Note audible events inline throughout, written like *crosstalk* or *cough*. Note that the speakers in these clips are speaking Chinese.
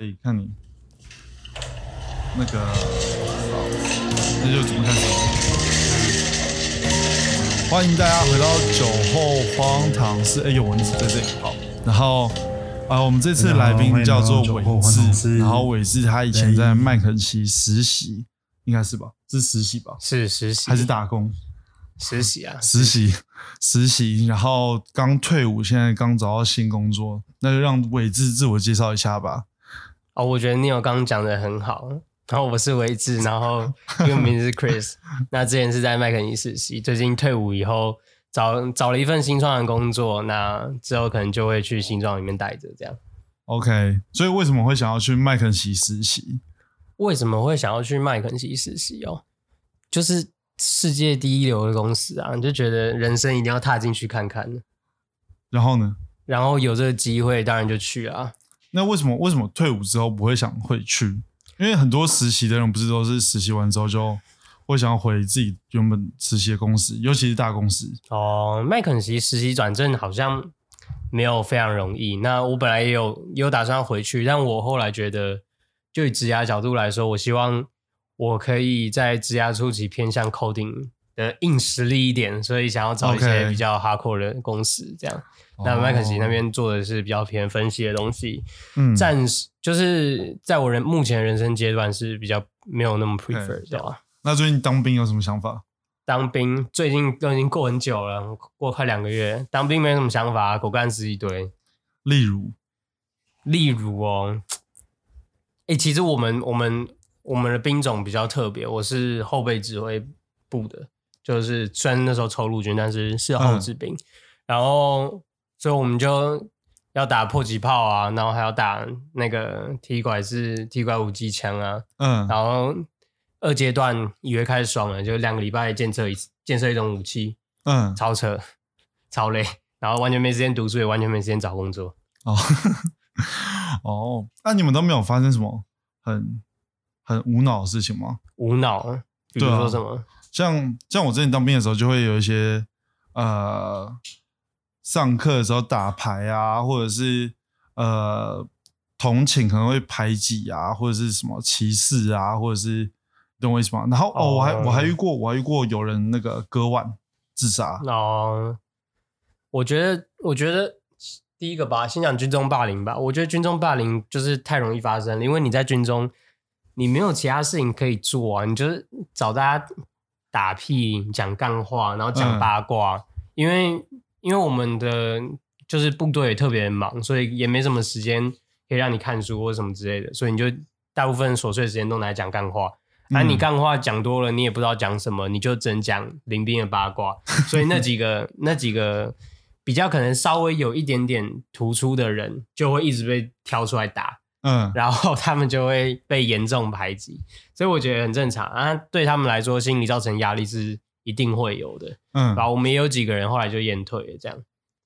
可以看你那个，好那就准备开始。欢迎大家回到酒后荒唐室。哎，有蚊子在这里。好，然后啊，我们这次来宾叫做大家好伟欢迎来到酒后荒唐志，室然后伟志他以前在麦肯锡实习，应该是吧？是实习吧？是实习还是打工？实习啊？实习，实习，然后刚退伍，现在刚找到新工作，那就让伟志自我介绍一下吧。哦，我觉得 Neil 刚刚讲的很好。然后我是维志，然后英文名字是 Chris。那之前是在麦肯尼实习，最近退伍以后找找了一份新创的工作，那之后可能就会去新创里面待着这样。 OK，所以为什么会想要去麦肯锡实习？为什么会想要去麦肯锡实习哦？就是世界第一流的公司啊，你就觉得人生一定要踏进去看看。然后呢？然后有这个机会，当然就去啊。那为什么为什么退伍之后不会想回去？因为很多实习的人不是都是实习完之后就会想要回自己原本实习的公司，尤其是大公司。哦，麦肯锡实习转正好像没有非常容易。那我本来也有也有打算要回去，但我后来觉得，就以职涯角度来说，我希望我可以在职涯初期偏向 coding 的硬实力一点，所以想要找一些 OK 哦比较 hardcore 的公司这样。那麦肯锡那边做的是比较偏分析的东西，嗯暂时就是在我人目前人生阶段是比较没有那么 prefer 对对吧？那最近当兵有什么想法？当兵最近都已经过很久了，过快两个月。当兵没什么想法，啊狗干是一堆。例如，例如哦，诶，其实我们我们我们的兵种比较特别，我是后备指挥部的，就是虽然那时候抽陆军，但是是后置兵。然后，所以我们就要打迫击炮啊，然后还要打那个踢拐是踢拐五机枪啊，嗯，然后二阶段以为开始爽了，就两个礼拜建设一次建设一种武器，嗯，超扯，超累，然后完全没时间读书，也完全没时间找工作。哦， *laughs* 哦，那、你们都没有发生什么很很无脑的事情吗？无脑，比如对啊说什么？像像我之前当兵的时候，就会有一些呃，上课的时候打牌啊，或者是呃，同寝可能会排挤啊，或者是什么歧视啊，或者是你懂我意思吗？然后哦，我还我还遇过，我还遇过有人那个割腕自杀，哦、我觉得，我觉得第一个吧，先讲军中霸凌吧。我觉得军中霸凌就是太容易发生了，因为你在军中，你没有其他事情可以做啊，你就是找大家打屁、讲干话，然后嗯讲八卦。因为因为我们的就是部队也特别忙，所以也没什么时间可以让你看书或什么之类的，所以你就大部分琐碎时间都拿来讲干话。啊，嗯你干话讲多了，你也不知道讲什么，你就只能讲林斌的八卦。所以那几个那几个比较可能稍微有一点点突出的人，就会一直被挑出来打，嗯，然后他们就会被严重排挤。所以我觉得很正常啊，对他们来说，心理造成压力是一定会有的。 *laughs* 嗯然，后我们也有几个人后来就验退了，这样。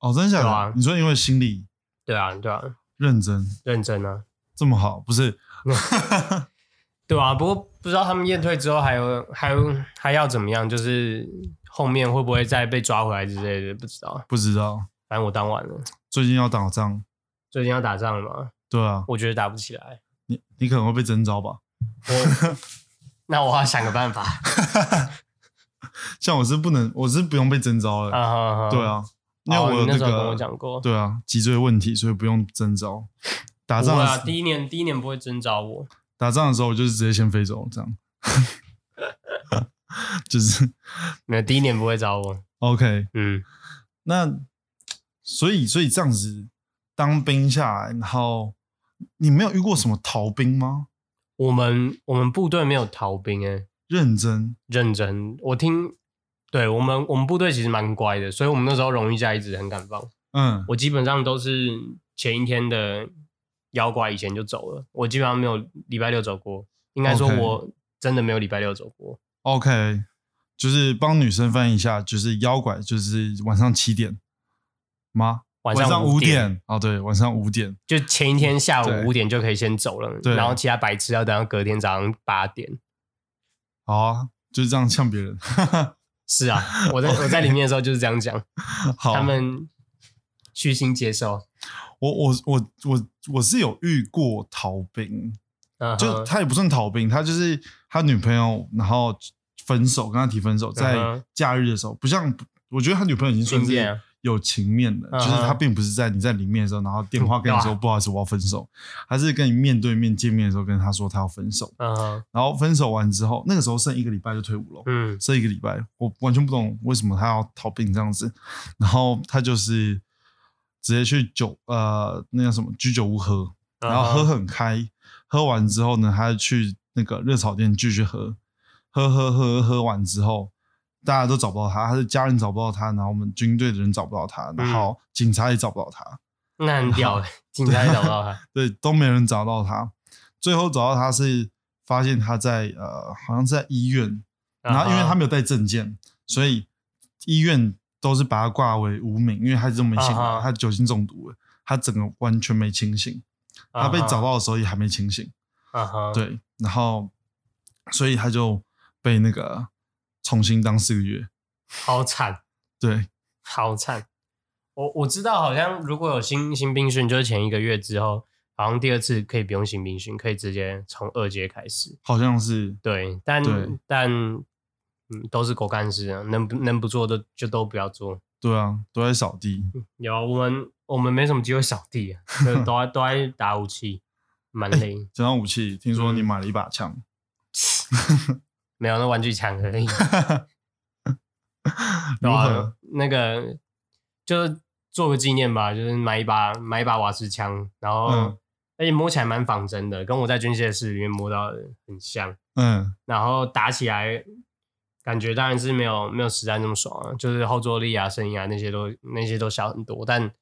哦，真的假对的啊？你说因为心理对啊，对啊，认真认真啊，这么好，不是？对啊。不过不知道他们验退之后还有还有还要怎么样，就是后面会不会再被抓回来之类的，不知道。不知道，反正我当完了，最近要打仗，最近要打仗了嘛，对啊，我觉得打不起来。你你可能会被征召吧？ *laughs* 我那我要想个办法。像我是不能，我是不用被征召的。啊对，啊，因为哦我有你那那时候跟我个讲过，对啊脊椎问题，所以不用征召。打不仗会的啊，时第一年第一年不会征召我。打仗的时候，我就是直接先飞走，这样。 *laughs* 就是没有，第一年不会找我。 OK，嗯，那所以所以这样子当兵下来，然后你没有遇过什么逃兵吗？我们我们部队没有逃兵哎、认真认真。我听，对我们我们部队其实蛮乖的，所以我们那时候荣誉假一直很敢放。嗯我基本上都是前一天的妖怪以前就走了，我基本上没有礼拜六走过。应该说 OK 我真的没有礼拜六走过。 OK，就是帮女生翻译一下，就是妖怪，就是晚上七点吗？晚晚上上五点，点哦，对，晚上五点。就前一天下对午五点就可以先走了，对然后其他白痴要等到隔天早上八点。好啊，就是这样呛别人。 *laughs* 是啊，我在我在里面的时候就是这样讲，好，他们虚心接受。我我我我我是有遇过逃兵，嗯哼就他也不算逃兵，他就是他女朋友，然后分手，跟他提分手，嗯在哼假日的时候，不像我觉得他女朋友已经算经典是啊有情面了，嗯就哼是他并不是在你在里面的时候，然后电话跟你说哇不好意思我要分手，他是跟你面对面见面的时候跟他说他要分手，嗯哼然后分手完之后，那个时候剩一个礼拜就退伍了。嗯这一个礼拜，我完全不懂为什么他要逃兵这样子。然后他就是直接去酒呃那叫什么居酒屋喝，嗯哼然后喝很开，喝完之后呢，他就去那个热炒店继续喝，喝喝喝喝完之后，大家都找不到他，他的家人找不到他，然后我们军队的人找不到他，然后警察也找不到他，那很屌欸，警察也找不到他。对，都没人找到他。最后找到他是发现他在呃，好像是在医院， *laughs* 然后因啊嗯为他没有带证件，所以医院都是把他挂为无名，因为他这么没醒啊来，哈他酒精中毒了，他整个完全没清醒。啊他被找，到的时候也还没清醒，嗯哼，对，然后所以他就被那个重新当四个月，好惨。对，好惨！我我知道，好像如果有新新兵训，就是前一个月之后，好像第二次可以不用新兵训，可以直接从二阶开始。好像是对，但对但嗯，都是狗干事啊，能不能不做的就都不要做。对啊，都在扫地，有啊我们我们没什么机会扫地、啊，就都在都在打武器，蛮哎累。整到武器。听说你嗯买了一把枪，没有那玩具枪而已。如对啊何？那个就是做个纪念吧，就是买一把买一把瓦斯枪，然后、嗯而且摸起来蛮仿真的，跟我在军械室里面摸到的很像。嗯然后打起来，感觉当然是没有没有实战那么爽啊，就是后坐力啊、声音啊那些都那些都小很多，但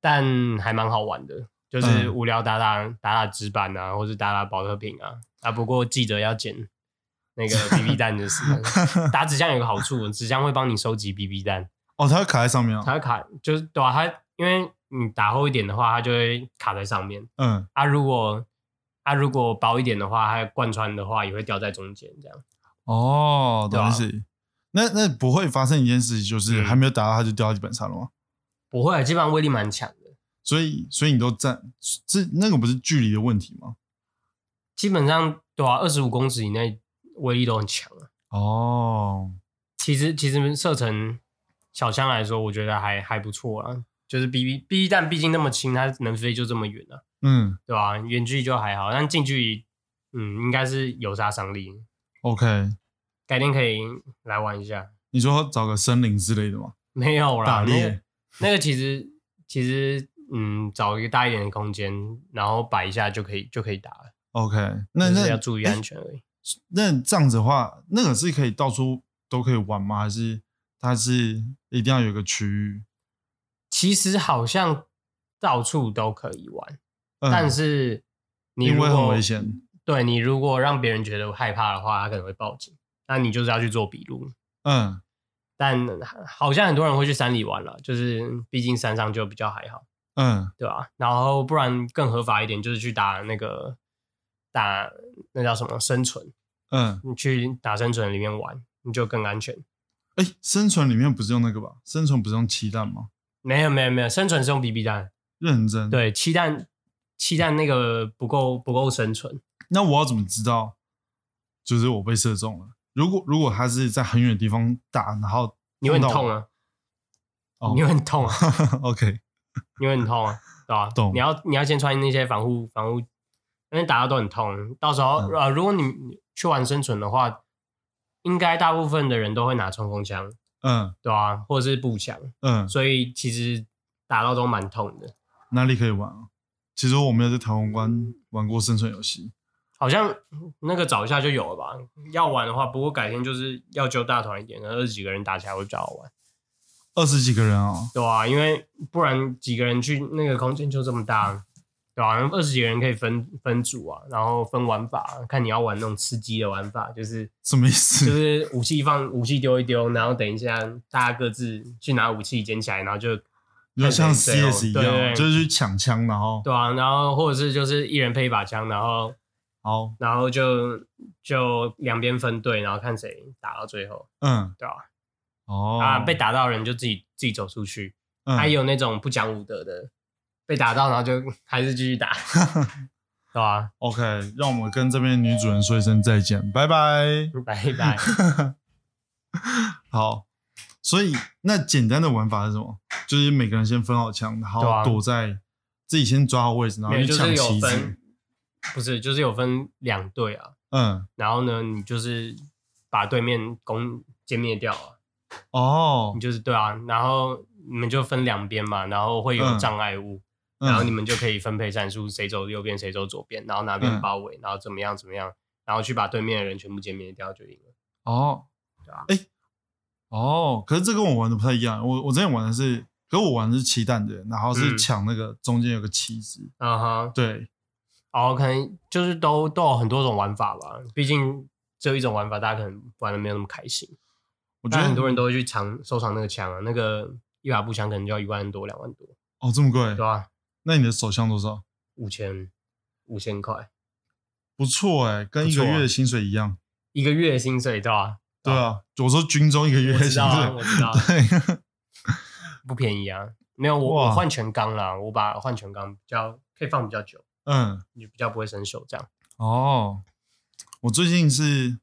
但还蛮好玩的，就是嗯无聊打打打打纸板啊，或者打打保特瓶啊啊。不过记得要捡那个 *laughs* BB 弹就是了。打纸箱有个好处，纸箱会帮你收集 BB 弹，哦，它会卡在上面哦，它会卡，就是对啊，它因为你打厚一点的话，它就会卡在上面嗯，啊。如果啊如果薄一点的话，它贯穿的话也会掉在中间这样。哦，对懂啊意思。那那不会发生一件事情，就是嗯还没有打到他就掉到地板上了吗？不会，基本上威力蛮强的。所以所以你都站，这那个不是距离的问题吗？基本上对啊，二十五公尺以内威力都很强啊。哦，其实其实射程小枪来说，我觉得还还不错啊。就是 B B B 弹毕竟那么轻，它能飞就这么远啊，嗯对吧、远距离就还好，但近距离，嗯，应该是有杀伤力。 ，OK，改天可以来玩一下。你说找个森林之类的吗？没有打啦，那猎个那个其实其实嗯，找一个大一点的空间，然后摆一下就可以就可以打了。 ？OK，那只那是要注意安全而已。那这样子的话，那个是可以到处都可以玩吗？还是它是一定要有一个区域？其实好像到处都可以玩，嗯、但是你因如为很果危险，对你如果让别人觉得害怕的话，他可能会报警，那你就是要去做笔录。嗯，但好像很多人会去山里玩了，就是毕竟山上就比较还好，嗯对吧、然后不然更合法一点，就是去打那个打那叫什么生存，嗯，你去打生存里面玩，你就更安全。哎、生存里面不是用那个吧？生存不是用气弹吗？没有没有没有，生存是用 BB 弹，认真。，对，气弹气弹那个不够不够生存。那我要怎么知道就是我被射中了？如果如果他是在很远的地方打，然后你会很碰到痛我，啊，哦你会很痛啊， *laughs* OK，你会很痛 *laughs* 啊，对吧、懂你要你要先穿那些防护防护，因为打到都很痛。到时候、嗯呃，如果你你去玩生存的话，应该大部分的人都会拿冲锋枪，嗯对吧、或者是步枪，嗯，所以其实打到都蛮痛的。哪里可以玩啊？其实我没有在台湾湾玩过生存游戏。好像那个找一下就有了吧？要玩的话，不过改天就是要揪大团一点，然后二十几个人打起来会比较好玩，二十几个人啊，对吧、因为不然几个人去那个空间就这么大，对吧、二十几个人可以分分组啊，然后分玩法，看你要玩那种吃鸡的玩法，就是什么意就思？是武器放武器丢一丢，然后等一下大家各自去拿武器捡起来，然后就 *laughs* 就像看谁 CS 一对对样，哦对就是去抢枪，然后对啊，然后或者是就是一人配一把枪，然后好，然后就就两边分队，然后看谁打到最后，嗯，对啊，哦，啊被打到的人就自己自己走出去，还嗯，有那种不讲武德的，被打到，然后就 *laughs* 还是继 *laughs* 续打，对啊吧、 OK，让我们跟这边女主人说一声再见，拜拜。拜拜。好，所以那简单的玩法是什么？就是每个人先分好枪，然对后啊躲在自己先抓好位置，然后没有，去就抢是有旗分子。，不是，就是有分两队啊。嗯，然后呢，你就是把对面攻歼灭掉啊，哦你，就是对啊。然后你们就分两边嘛，然后会有嗯障碍物，然后你们就可以分配战术，谁走右边，谁走左边，然后哪边嗯包围，然后怎么样怎么样，然后去把对面的人全部歼灭掉就赢了。嗯哦对啊，哎、哦，可是这跟我玩的不太一样。我我之前玩的是，可是我玩的是骑弹的，然后是嗯抢那个中间有个旗子。嗯哼，对，哦，可能就是都都有很多种玩法吧，毕竟只有一种玩法，大家可能玩的没有那么开心。我觉但得很多人都会去藏收藏那个枪啊，那个一把步枪可能就要一万多、两万多，哦这么贵对，啊吧、那你的手枪多少？五千五千块不错哎、跟一个不错啊月的薪水一样。一个月的薪水，对吧、对啊，我说军中一个月我的薪知道啊，我水， *laughs* 知道啊，对，不便宜啊。没有我，我哇换全钢啦，我把换全钢比较可以放比较久，嗯，你比较不会生锈这样。哦，我最近是，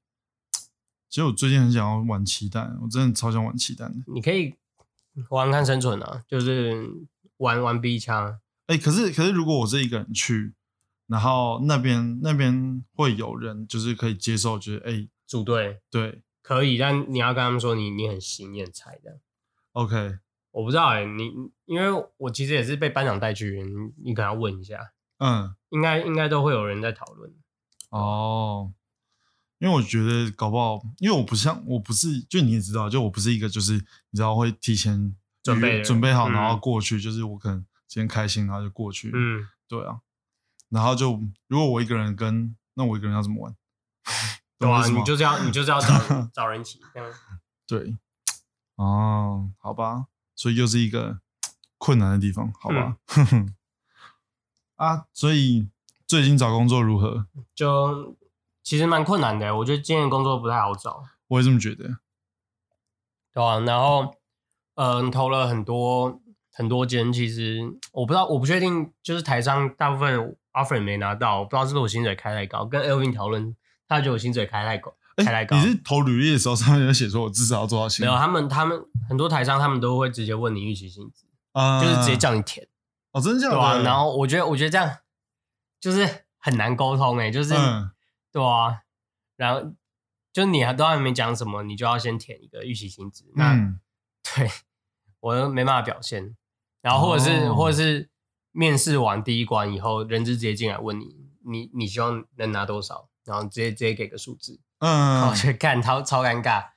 其实我最近很想要玩骑蛋，我真的超想玩骑蛋的。你可以玩看生存啊，就是玩玩 B 枪，哎、可是可是如果我是一个人去，然后那边那边会有人就是可以接受，就是哎、组队对可以，但你要跟他们说你你很新，你很菜这样。 ，OK，我不知道哎、你因为我其实也是被班长带去，你你可能要问一下，嗯，应该应该都会有人在讨论。哦，因为我觉得搞不好，因为我不像我不是，就你也知道，就我不是一个就是你知道会提前准备的预人准备好，然后嗯过去，就是我可能今天开心，然后就过去，嗯，对啊，然后就如果我一个人跟，那我一个人要怎么玩？ *laughs* 对懂我啊，意思吗你就是要你就是要找找人一起这样。对，哦，好吧，所以又是一个困难的地方，好吧，嗯 *laughs* 啊，所以最近找工作如何？就其实蛮困难的欸。我觉得今天的工作不太好找，我也这么觉得，对啊，然后，嗯、投了很多很多间，其实我不知道，我不确定，就是台上大部分 offer 也没拿到，我不知道是不是我薪水开太高。跟 Elvin 讨论，他觉得我薪水开太高，哎、开太高你。是投履历的时候上面有写说我至少要做到薪没有，他啊们他们很多台商他们都会直接问你预期薪资，啊，就是直接叫你填，哦，真的假对的？啊？然后我觉得我觉得这样就是很难沟通哎、就是、嗯对啊，然后就你还都还没讲什么，你就要先填一个预期薪资，那、嗯对我又没办法表现，然后或者是、哦或者是面试完第一关以后，人资直接进来问你，你你希望能拿多少，然后直接直接给个数字，然后嗯我，觉得干超超尴尬，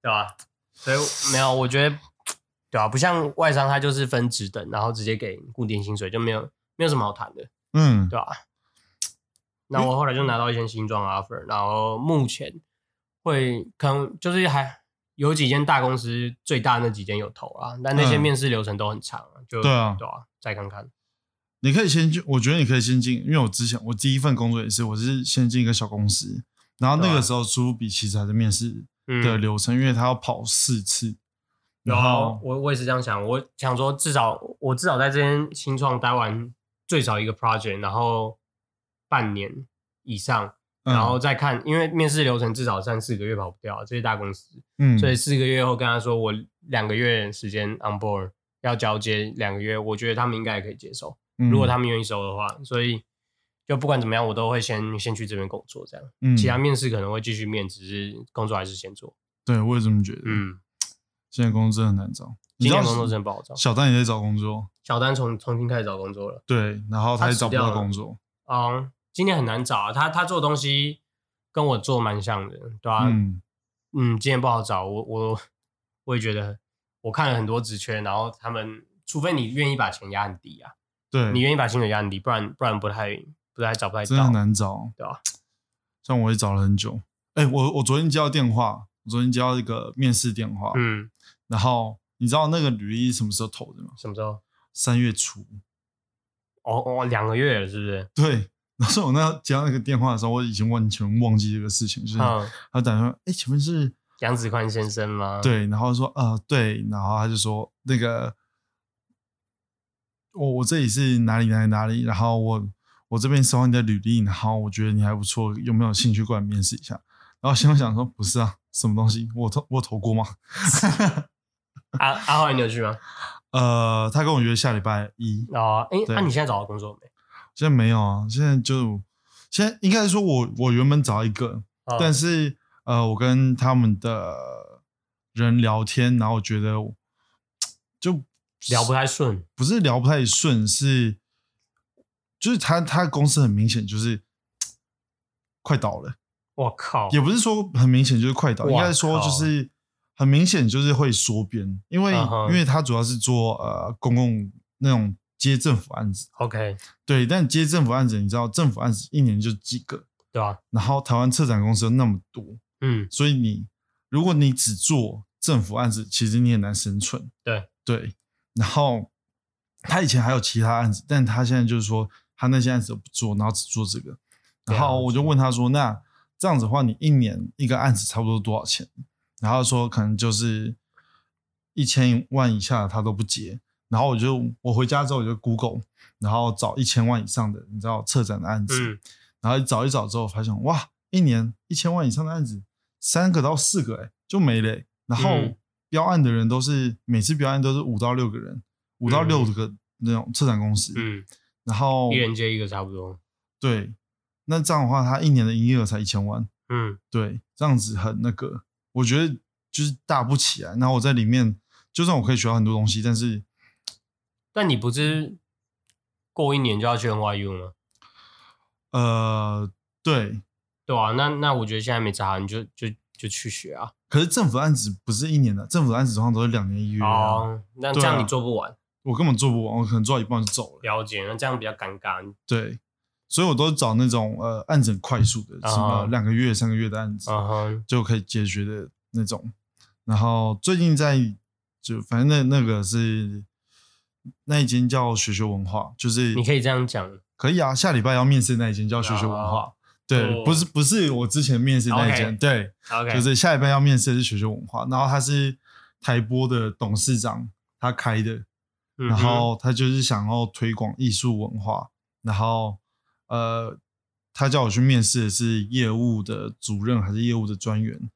对吧、所以没有，我觉得对啊，不像外商他就是分职等，然后直接给固定薪水，就没有没有什么好谈的。嗯，对吧、那我后来就拿到一间新装 offer，然后目前会可能就是还有几间大公司，最大那几间有投啊，但那些嗯面试流程都很长啊，就对啊对啊，再看看，你可以先进，我觉得你可以先进，因为我之前我第一份工作也是，我是先进一个小公司，然后那对啊个时候苏比其实还在面试嗯，的流程，因为他要跑四次，然然后后我我也是这样想，我想说至少我至少在这间新创待完最少一个 project，然后半年以上，嗯然后再看，因为面试流程至少三四个月跑不掉啊，这些大公司，嗯，所以四个月后跟他说我两个月时间 on board 要交接两个月，我觉得他们应该也可以接受，嗯如果他们愿意收的话，所以就不管怎么样，我都会先先去这边工作，这样，嗯其他面试可能会继续面，只是工作还是先做。对我也这么觉得，嗯，现在工作真的很难找，你今知道年工作真的不好找，小丹也在找工作，小丹重重新开始找工作了，对，然后他也辞找不掉到了工作，嗯，今年很难找啊，他他做东西跟我做蛮像的，对吧、嗯嗯，今年不好找，我我我也觉得，我看了很多职缺，然后他们除非你愿意把钱压很低啊。对，你愿意把薪水压很低，不然不然不太不太找不太真的到很。难找，对啊像我也找了很久，哎，我我昨天接到电话，我昨天接到一个面试电话，嗯，然后你知道那个履历什么时候投的吗？什么时候？三月初。哦哦，两个月了，是不是？对，然后所以我那接到那个电话的时候，我已经完全忘记这个事情，就是嗯，他打电话，哎、请问是？杨子宽先生吗？，对，然后说呃对，然后他就说那个我我这里是哪里哪里哪里，然后我我这边收到你的履历，然后我觉得你还不错，有没有兴趣过来面试一下？然后心里想说，不是啊，什么东西？我投我有投过吗？阿阿浩，你有去吗？呃，他跟我约下礼拜一，哦，哎，对那、你现在找到工作没？现在没有啊，现在就现在应该是说我我原本找一个，啊但是呃，我跟他们的人聊天，然后我觉得我就聊不太顺，不是聊不太顺，是就是他他公司很明显就是快倒了，我靠，也不是说很明显就是快倒，哇应该说就是很明显就是会缩编，因为、嗯哼因为他主要是做呃公共那种接政府案子， OK，对，但接政府案子你知道政府案子一年就几个，对吧、然后台湾策展公司又那么多，嗯，所以你如果你只做政府案子，其实你很难生存。对对，然后他以前还有其他案子，但他现在就是说他那些案子都不做，然后只做这个。啊然后我就问他说：“那这样子的话，你一年一个案子差不多多少钱？”然后他说可能就是一千万以下的他都不接。然后我就我回家之后我就 Google，然后找一千万以上的，你知道策展的案子，嗯，然后找一找之后，发现哇，一年一千万以上的案子，三个到四个、欸，就没了欸、然后嗯标案的人都是每次标案都是五到六个人，五到六个那种策展公司，嗯，然后一人接一个差不多，对，那这样的话，他一年的营业额才一千万，嗯，对，这样子很那个，我觉得就是大不起来。然后我在里面，就算我可以学到很多东西，但是但你不是过一年就要去 NYU 吗？呃，对，对啊，那那我觉得现在没差，你就就就去学啊。可是政府案子不是一年的，政府案子通常都是两年一约、啊，哦，那对这啊样你做不完，我根本做不完，我可能做到一半就走了。了解，那这样比较尴尬。对，所以我都找那种呃案子很快速的，啊什么两个月、三个月的案子、嗯哼，就可以解决的那种。然后最近在就反正那那个是那一间叫学学文化，就是你可以这样讲。可以啊，下礼拜要面试那一间叫学学文化。对，哦不是不是我之前面试那一间 OK 对 OK，就是下礼拜要面试的是学学文化，然后他是台播的董事长他开的，嗯然哼后他就是想要推广艺术文化，然后呃，他叫我去面试的是业务的主任还是业务的专员，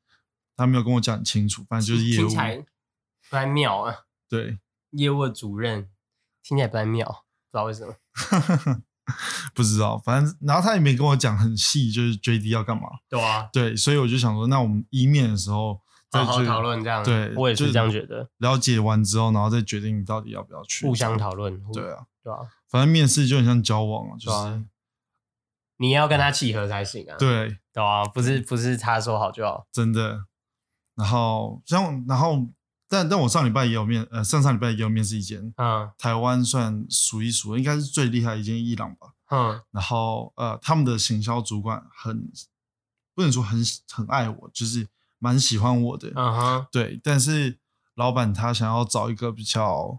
他没有跟我讲很清楚，反正就是业听务起。来不太妙啊。对， *laughs* 业务的主任听起来不太妙，不知道为什么。不知道，反正然后他也没跟我讲很细，就是 JD 要干嘛。对啊，对，所以我就想说，那我们一面的时候再好好去讨论这样。对我也就是这样觉得，了解完之后，然后再决定你到底要不要去。互相讨论。互对，啊，对啊，反正面试就很像交往啊，就是对啊你要跟他契合才行啊。对，对啊，不是不是他说好就好。真的。然后像然后，但但我上礼拜也有面，呃，上上礼拜也有面试一间嗯台湾算数一数二，应该是最厉害的一间伊朗吧。嗯然后呃，他们的行销主管很不能说很很爱我，就是蛮喜欢我的，嗯哼，对。但是老板他想要找一个比较，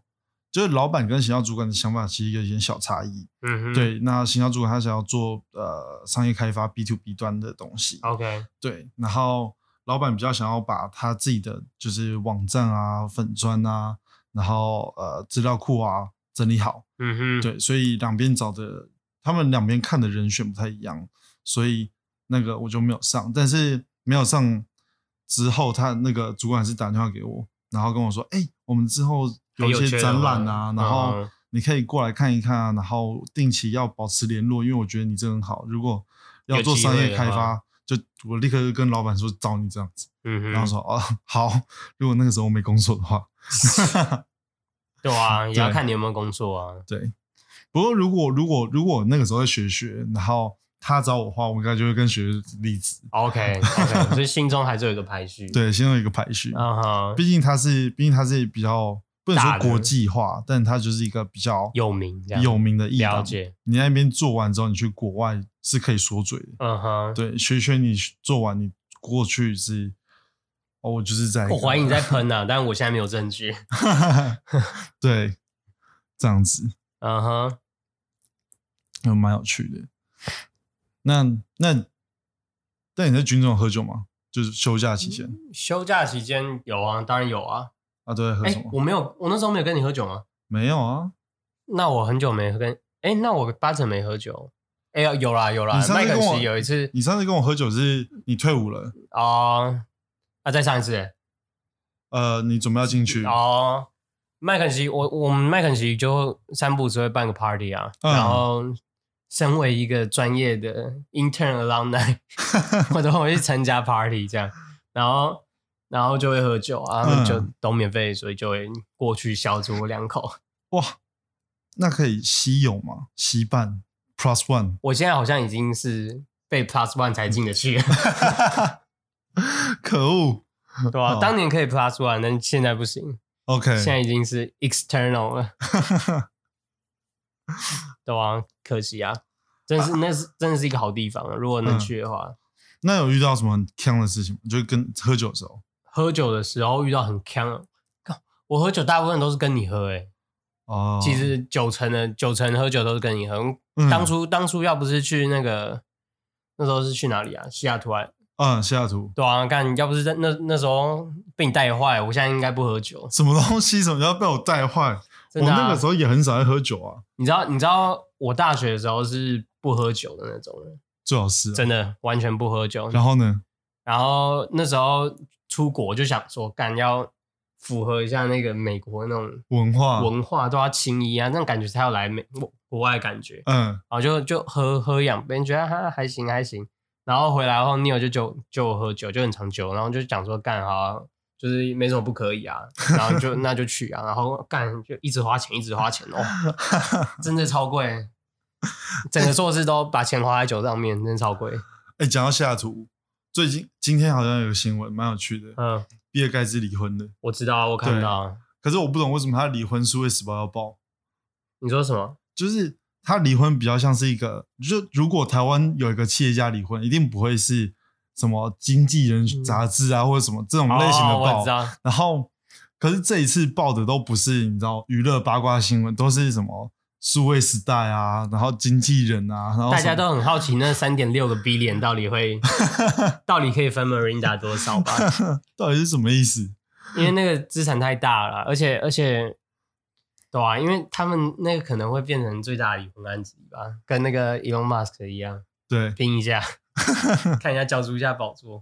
就是老板跟行销主管的想法其实有一点小差异。嗯哼，对，那行销主管他想要做呃商业开发 B to B 端的东西， ，OK，对，然后老板比较想要把他自己的就是网站啊、粉砖啊，然后呃资料库啊整理好，嗯哼，，对，所以两边找的他们两边看的人选不太一样，所以那个我就没有上，但是没有上之后，他那个主管是打电话给我，然后跟我说，哎、我们之后有一还有缺些人展览啊吗，然后。嗯你可以过来看一看啊，然后定期要保持联络，因为我觉得你真的很好。如果要做商业开有机会的发，就我立刻就跟老板说找你这样子，嗯哼，然后说哦好，如果那个时候没工作的话，对啊，也要对看你有没有工作啊。对。不过如果如果如果那个时候在学学，然后他找我的话，我应该就会跟学学离职。 *laughs* OK *laughs* OK，所以心中还是有一个排序。，对，先有一个排序。嗯哼，毕竟他是，毕竟他是比较不能大说的国际化，但他就是一个比较有名这样有名的艺了档。解。你在那边做完之后，你去国外是可以说嘴的。嗯哼，对，学学你做完，你过去是，哦，我就是在，我怀 *laughs* 疑你在，喷啊，但我现在没有证据。对，这样子，嗯哼，嗯，蛮有趣的。那那，但你在军中有喝酒吗？就是休假期间、休假期间有啊，当然有啊。啊，都在喝哎、什么？我没有，我那时候没有跟你喝酒吗？没有啊，那我很久没跟，哎，那我八成没喝酒。哎呀，有啦有啦你，上麦次肯跟我锡有一次你上次跟我喝酒是你退伍了，哦，啊，再上一次呃，你准备要进去，哦。麦肯锡，我我们麦肯锡就三不五时会办个 party 啊，嗯然后身为一个专业的 intern *laughs* alumni，我都会去参加 party 这样，然后然后就会喝酒啊，嗯就都免费，所以就会过去小酌两口。哇，那可以稀有吗？稀半 plus one，我现在好像已经是被 plus one 才进得去 *laughs* 了，可恶对吧、哦当年可以 plus one，但现在不行， ，OK，现在已经是 external *laughs* 了， *laughs* 对吧、可惜啊，真是那是真的是一个好地方啊，如果能嗯去的话。那有遇到什么很坑的事情吗？就是跟喝酒的时候喝酒的时候遇到很呛，靠我喝酒大部分都是跟你喝、欸，哦，其实九成的九成喝酒都是跟你喝。嗯当初当初要不是去那个，那时候是去哪里啊？西雅图啊，嗯，西雅图对啊，干要不是在那那时候被你带坏，我现在应该不喝酒。什么东西，什么要被我带坏？我真的、啊，那个时候也很少在喝酒啊，你知道你知道我大学的时候是不喝酒的那种人，最好是啊、真的完全不喝酒。然后呢？然后那时候出国就想说，干要符合一下那个美国那种文化，文化，都要轻衣啊，那种感觉才有来美国国外的感觉。嗯然后就就喝喝两杯，觉得哈还行还行。然后回来后，Neil 就就就我喝酒，就很常酒，然后就讲说干好、啊，就是没什么不可 *laughs* 以啊，然后就那就去啊，然后干就一直花钱，一直 *laughs* 花钱哦，真的超贵，整个硕士都把钱花在酒上面，真的超贵。哎、讲到西雅图，最近今天好像有个新闻蛮有趣的，嗯，比尔盖茨离婚了，我知道啊，我看到啊。可是我不懂为什么他离婚是会死抱要抱，你说什么？就是他离婚比较像是一个，就如果台湾有一个企业家离婚，一定不会是什么经纪人杂志啊、或者什么这种类型的嗯哦我报，知道。然后可是这一次报的都不是你知道娱乐八卦新闻，都是什么数位时代啊，然后经纪人啊，然后大什家么都很好奇那三点六个 B 脸到底 *laughs* 会，到底可以分 Marinda 多少吧？到底是什么意思？因为那个资产太大了，而且而且，对啊，因为他们那个可能会变成最大的离婚案子吧，跟那个 Elon Musk 一样，对，拼一 *laughs* 下，看一下角逐一下宝座。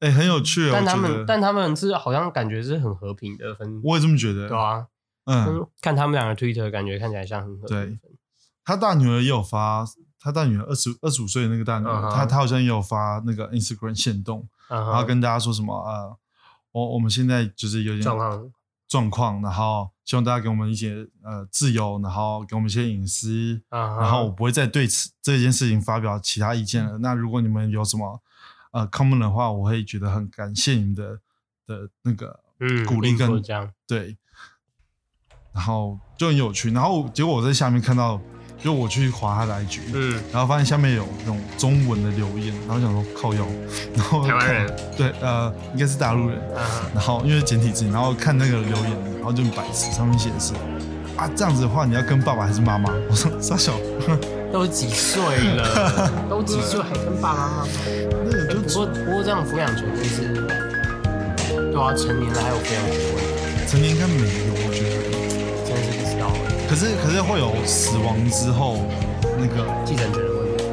哎、很有趣、哦，但我他觉们得但他们是好像感觉是很和平的分，我也这么觉得，对啊，嗯，嗯，看他们两个 Twitter 感觉看起来像很和平的分。他大女儿也有发，他大女儿二十二十五岁的那个大女嗯儿，哼她她好像也有发那个 Instagram 限动，嗯然后哼，跟大家说什么呃，我我们现在就是有点状况状况，然后希望大家给我们一些呃自由，然后给我们一些隐私，嗯哼，嗯然后我不会再对此这件事情发表其他意见了。那如果你们有什么呃 comment 的话，我会觉得很感谢你们的的那个嗯，鼓励并不跟这样，对，然后就很有趣。然后结果我在下面看到，就我去划他的 IG，、嗯，然后发现下面有那种中文的留言，然后想说靠腰， *laughs* 然后台湾人，看对，呃，应该是大陆人。嗯哼，然后因为简体字，然后看那个留言，然后就很白痴，上面写的是啊，这样子的话你要跟爸爸还是妈妈？我说傻小，都几岁 *laughs* 了，都几岁还跟爸爸妈妈。那个不就过不过这样抚养权就是，对啊，成年了还有抚养权的问题，成年应该没有，我觉得。真的是不知道欸可是可是会有死亡之后那个继承权的问题。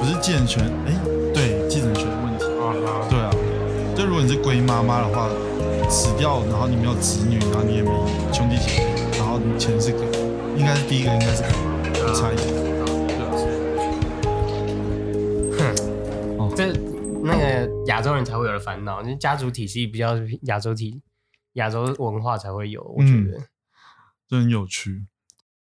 不是继承权，哎，对，继承权的问题。啊哈，对啊，就如果你是龟妈妈的话，死掉，然后你没有子女，然后你也没兄弟姐妹，然后你钱是给，应该是第一个应该是给妈妈，我猜一下。哦这那个亚洲人才会有的烦恼，就是家族体系嗯比较亚洲体，亚洲文化才会有，我觉得。就很有趣。